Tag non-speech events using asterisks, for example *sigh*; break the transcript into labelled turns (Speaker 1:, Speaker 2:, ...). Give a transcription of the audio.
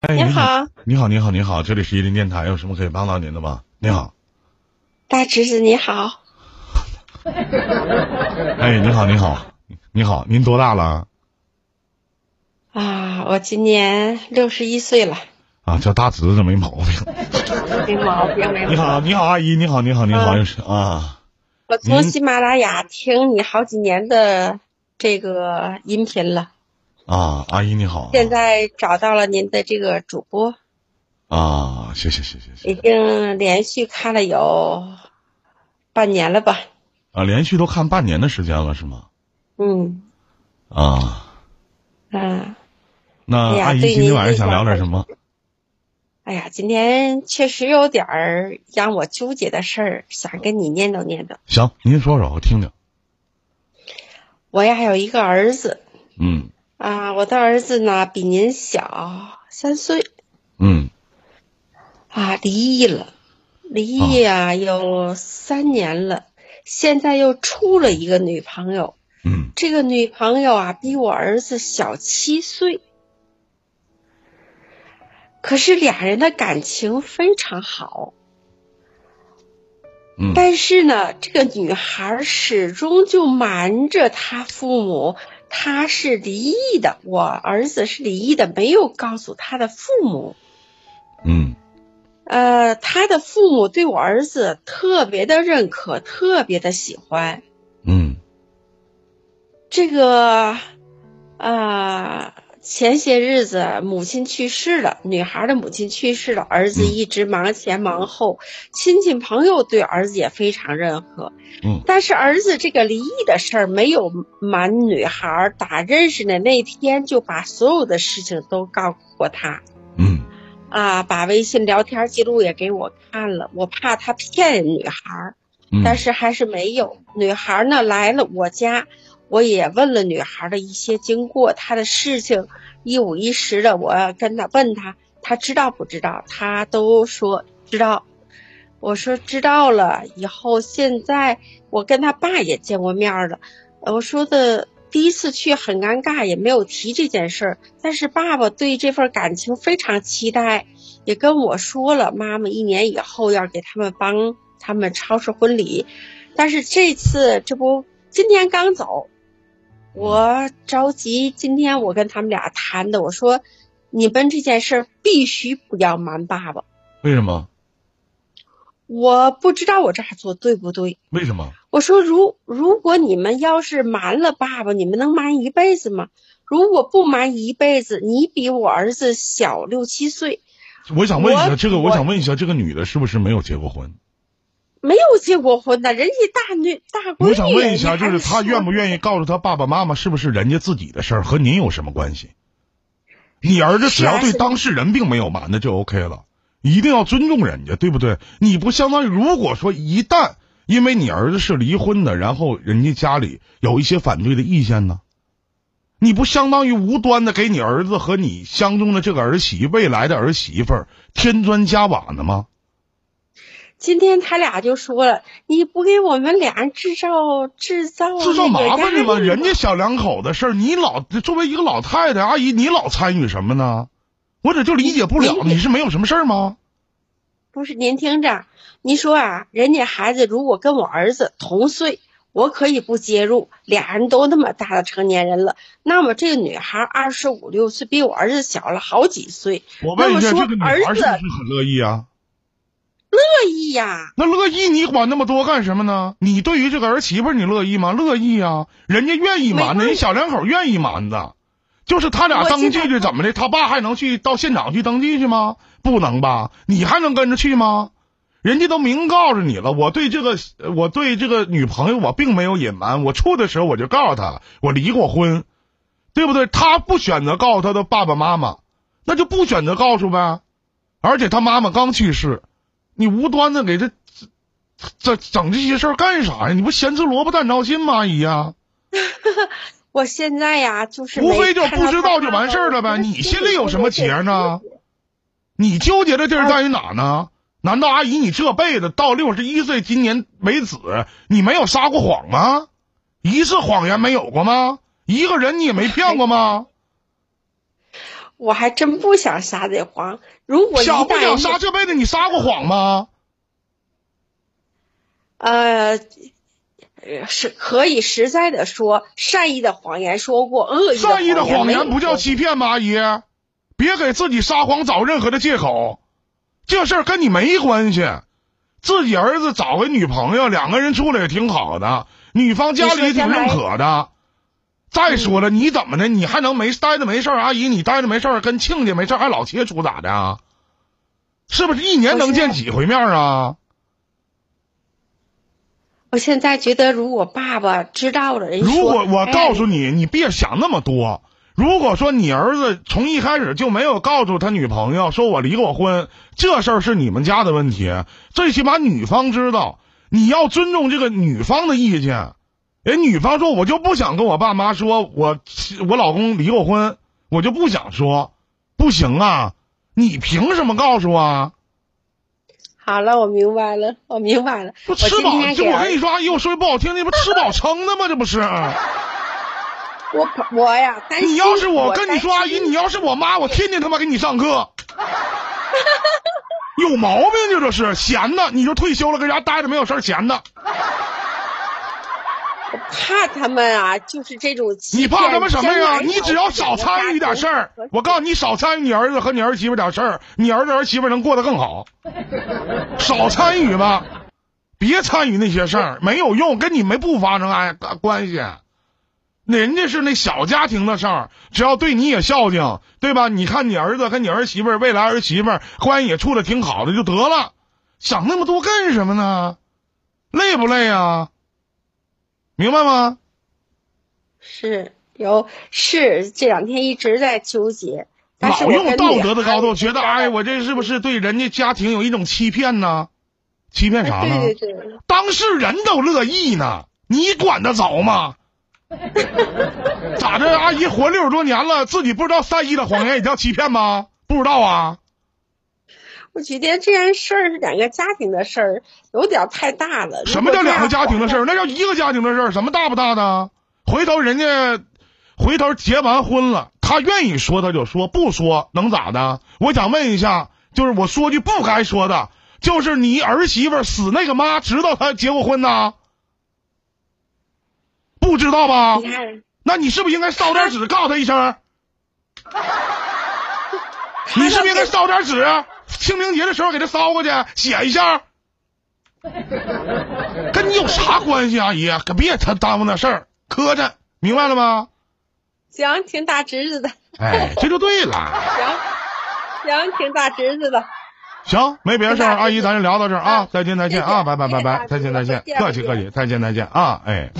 Speaker 1: 哎，
Speaker 2: 你
Speaker 1: 你
Speaker 2: 好，
Speaker 1: 你好，你好，你好，这里是伊林电台，有什么可以帮到您的吗？你好，
Speaker 2: 大侄子你好，
Speaker 1: 哎，你好，你好，你好，您多大了？
Speaker 2: 啊，我今年六十一岁了，
Speaker 1: 啊，叫大侄子没毛病。
Speaker 2: *laughs* 没毛病，没毛
Speaker 1: 你
Speaker 2: 病。
Speaker 1: 好，你好，阿姨，你好，你好，你好，
Speaker 2: 嗯
Speaker 1: 又是啊，
Speaker 2: 我从
Speaker 1: 您
Speaker 2: 喜马拉雅听你好几年的这个音频了，
Speaker 1: 啊，阿姨你好。
Speaker 2: 现在找到了您的这个主播，
Speaker 1: 啊，谢谢，谢谢，谢
Speaker 2: 已
Speaker 1: 谢。
Speaker 2: 经连续看了有半年了吧？
Speaker 1: 啊，连续都看半年的时间了，是吗？
Speaker 2: 嗯
Speaker 1: 啊，
Speaker 2: 啊，哎
Speaker 1: 那
Speaker 2: 呀
Speaker 1: 阿姨
Speaker 2: 对
Speaker 1: 今天
Speaker 2: 您
Speaker 1: 晚上
Speaker 2: 印
Speaker 1: 想
Speaker 2: 象
Speaker 1: 聊点
Speaker 2: 很
Speaker 1: 什么？
Speaker 2: 哎呀，今天确实有点儿让我纠结的事儿，想跟你念叨念叨。
Speaker 1: 行，您说说，我听听。
Speaker 2: 我呀有一个儿子
Speaker 1: 嗯
Speaker 2: 啊，我的儿子呢比您小三岁。
Speaker 1: 嗯
Speaker 2: 啊，离异了，离异啊，有三年了，现在又处了一个女朋友。
Speaker 1: 嗯
Speaker 2: 这个女朋友啊，比我儿子小七岁，可是俩人的感情非常好。
Speaker 1: 嗯
Speaker 2: 但是呢，这个女孩始终就瞒着她父母，她是离异的，我儿子是离异的，没有告诉他的父母。
Speaker 1: 嗯
Speaker 2: 呃，他的父母对我儿子特别的认可，特别的喜欢。
Speaker 1: 嗯
Speaker 2: 这个，啊，前些日子母亲去世了，女孩的母亲去世了，儿子
Speaker 1: 嗯
Speaker 2: 一直忙前忙后，亲戚朋友对儿子也非常认可。
Speaker 1: 嗯
Speaker 2: 但是儿子这个离异的事儿没有瞒女孩，打认识的那天就把所有的事情都告诉过他。
Speaker 1: 嗯
Speaker 2: 啊，把微信聊天记录也给我看了，我怕他骗女孩儿，
Speaker 1: 嗯，
Speaker 2: 但是还是没有。女孩儿呢来了我家，我也问了女孩儿的一些经过，她的事情一五一十的，我跟她问她，她知道不知道，她都说知道。我说知道了，以后现在我跟他爸也见过面儿了，呃我说的第一次去很尴尬，也没有提这件事儿。但是爸爸对这份感情非常期待，也跟我说了，妈妈一年以后要给他们帮他们超市婚礼。但是这次这不今天刚走，
Speaker 1: 嗯
Speaker 2: 我着急。今天我跟他们俩谈的，我说你们这件事儿必须不要瞒爸爸。
Speaker 1: 为什么？
Speaker 2: 我不知道我这样做对不对，
Speaker 1: 为什么？
Speaker 2: 我说如如果你们要是瞒了爸爸，你们能瞒一辈子吗？如果不瞒一辈子，你比我儿子小六七岁，
Speaker 1: 我想问一下，
Speaker 2: 我
Speaker 1: 这个我
Speaker 2: 我
Speaker 1: 想问一下，这个女的是不是没有结过婚？
Speaker 2: 没有结过婚的，人家大女大闺女，
Speaker 1: 我想问一下，
Speaker 2: 你还
Speaker 1: 就是她
Speaker 2: 说
Speaker 1: 愿不愿意告诉她爸爸妈妈，是不是人家自己的事儿，和您有什么关系？你儿子只要对
Speaker 2: 是啊
Speaker 1: 当事人并没有瞒的就 OK 了，一定要尊重人家，对不对？你不相当于如果说一旦因为你儿子是离婚的，然后人家家里有一些反对的意见呢，你不相当于无端的给你儿子和你相中的这个儿媳未来的儿媳妇儿添砖加瓦呢吗？
Speaker 2: 今天他俩就说了，你不给我们俩人制造制造
Speaker 1: 制造
Speaker 2: 那个
Speaker 1: 麻烦
Speaker 2: 压
Speaker 1: 是吗？
Speaker 2: 力
Speaker 1: 人家小两口的事儿，你老作为一个老太太阿姨，你老参与什么呢？我这就理解不了，
Speaker 2: 理解
Speaker 1: 你是没有什么事儿吗？
Speaker 2: 不是您听着，您说啊，人家孩子如果跟我儿子同岁，我可以不介入，俩人都那么大的成年人了。那么这个女孩二十五六岁，比我儿子小了好几岁，
Speaker 1: 我问一下，
Speaker 2: 那么说
Speaker 1: 这个女孩儿是
Speaker 2: 儿
Speaker 1: 不
Speaker 2: 子
Speaker 1: 是很乐意啊？
Speaker 2: 乐意呀、
Speaker 1: 那乐意，你管那么多干什么呢？你对于这个儿媳妇儿，你乐意吗？乐意啊，人家愿意瞒
Speaker 2: 没
Speaker 1: 的，
Speaker 2: 关
Speaker 1: 人小两口愿意瞒的，就是他俩
Speaker 2: 我
Speaker 1: 登
Speaker 2: 现
Speaker 1: 记
Speaker 2: 在
Speaker 1: 的，怎么的？他爸还能去到现场去登记去吗？不能吧？你还能跟着去吗？人家都明告诉你了，我对这个，我对这个女朋友我并没有隐瞒，我处的时候我就告诉她我离过婚，对不对？她不选择告诉她的爸爸妈妈，那就不选择告诉呗。而且她妈妈刚去世，你无端的给这这整这些事儿干啥呀？你不咸吃萝卜淡操心吗，阿姨啊呀、
Speaker 2: 我现在呀、就是
Speaker 1: 无非
Speaker 2: 没
Speaker 1: 就
Speaker 2: 看到
Speaker 1: 不知
Speaker 2: 他
Speaker 1: 道
Speaker 2: 妈
Speaker 1: 就完
Speaker 2: 妈
Speaker 1: 事儿了呗。
Speaker 2: 哎我
Speaker 1: 你心里有什么结呢？你纠结的地
Speaker 2: 啊
Speaker 1: 儿在于哪呢？难道阿姨你这辈子到六十一岁今年为止，你没有撒过谎吗？
Speaker 2: 哎
Speaker 1: 一次谎言没有过吗？一个人你也没骗过吗？
Speaker 2: 我还真不想撒这谎。如果一
Speaker 1: 想不
Speaker 2: 旦
Speaker 1: 想
Speaker 2: 人
Speaker 1: 撒
Speaker 2: 家
Speaker 1: 这辈子你撒过谎吗？
Speaker 2: 呃，呃是可以实在的说，善意的谎言说过，恶意
Speaker 1: 善意的谎
Speaker 2: 没有
Speaker 1: 言不叫
Speaker 2: 说
Speaker 1: 欺骗吗？阿姨，别给自己撒谎找任何的借口，这事儿跟你没关系。自己儿子找个女朋友，两个人处的也挺好的，女方家里也挺认可的。再说了，你怎么的？你还能没待着没事儿？阿姨，你待着没事儿，跟亲家没事儿还老接触咋的啊？是不是一年能见几回面啊？
Speaker 2: 我现在觉得，如果爸爸知道了，人
Speaker 1: 如
Speaker 2: 说
Speaker 1: 果我
Speaker 2: 哎
Speaker 1: 告诉你，你别想那么多。如果说你儿子从一开始就没有告诉他女朋友说我离过婚，这事儿是你们家的问题，最起码女方知道，你要尊重这个女方的意见。人女方说我就不想跟我爸妈说我我老公离过婚，我就不想说，不行啊，你凭什么告诉啊？
Speaker 2: 哎好了，我明白了，我明白了。
Speaker 1: 不吃
Speaker 2: 今
Speaker 1: 饱
Speaker 2: 天
Speaker 1: 就
Speaker 2: 给
Speaker 1: 我
Speaker 2: 儿
Speaker 1: 跟你说，阿姨，我说句不好听的，不吃饱撑的吗？这不是。
Speaker 2: 我怕我呀，担心
Speaker 1: 你要是我跟你说，
Speaker 2: 担
Speaker 1: 阿姨，
Speaker 2: 心
Speaker 1: 你要是我妈，我天天他妈给你上
Speaker 2: *laughs*
Speaker 1: 课。有毛病就这是闲的，你就退休了，搁家待着没有事儿闲的，
Speaker 2: 我怕他们啊，就是这种欺
Speaker 1: 你怕他们什么呀？
Speaker 2: 骗
Speaker 1: 你只要少参与点事儿，我告诉你，少参与你儿子和你儿媳妇点事儿，你儿子儿媳妇能过得更好。少参与吧，别参与那些事儿，没有用，跟你没不发生爱呃关系。人家是那小家庭的事儿，只要对你也孝敬，对吧？你看你儿子和你儿媳妇儿，未来儿媳妇儿关系也处的挺好的，就得了。想那么多干什么呢？累不累啊？明白吗？
Speaker 2: 是有是这两天一直在纠结，但是
Speaker 1: 老
Speaker 2: 我
Speaker 1: 用
Speaker 2: 跟
Speaker 1: 道
Speaker 2: 女
Speaker 1: 德的
Speaker 2: 孩
Speaker 1: 高度，
Speaker 2: 子
Speaker 1: 觉得哎，我这是不是对人家家庭有一种欺骗呢？欺骗啥呢？
Speaker 2: 哎对对对，
Speaker 1: 当事人都乐意呢，你管得着吗？
Speaker 2: *laughs*
Speaker 1: 咋的？阿姨活六十多年了，自己不知道善意的谎言也叫欺骗吗？不知道啊？
Speaker 2: 我觉得这件事儿是两个家庭的事儿，有点太大了。
Speaker 1: 什么叫两个家庭的事儿？那叫一个家庭的事儿，什么大不大的？回头人家，回头结完婚了，他愿意说他就说，不说能咋的？我想问一下，就是我说句不该说的，就是你儿媳妇儿死那个妈知道他结过婚呢？不知道吧？
Speaker 2: 如果要？你看，
Speaker 1: 那你是不是应该烧点纸告诉他一声？
Speaker 2: 他
Speaker 1: 你是不是应该
Speaker 2: *laughs*
Speaker 1: 烧
Speaker 2: 倒
Speaker 1: 点纸？啊清明节的时候给他捎过去，啊写一 *laughs* 下。跟你有啥关系啊，阿姨？可别他耽误那事儿，磕碜，明白了吗？
Speaker 2: 行，挺打侄子的，
Speaker 1: 哎，这就对了。
Speaker 2: 行行，挺打侄子的。
Speaker 1: *laughs* 行，没别的事儿，阿姨，咱就聊到这儿啊
Speaker 2: 嗯，
Speaker 1: 再见，再见
Speaker 2: 谢谢
Speaker 1: 啊，拜拜，拜拜，
Speaker 2: 谢
Speaker 1: 再见，再
Speaker 2: 谢
Speaker 1: 见，客气，客气，再见，再见啊，哎。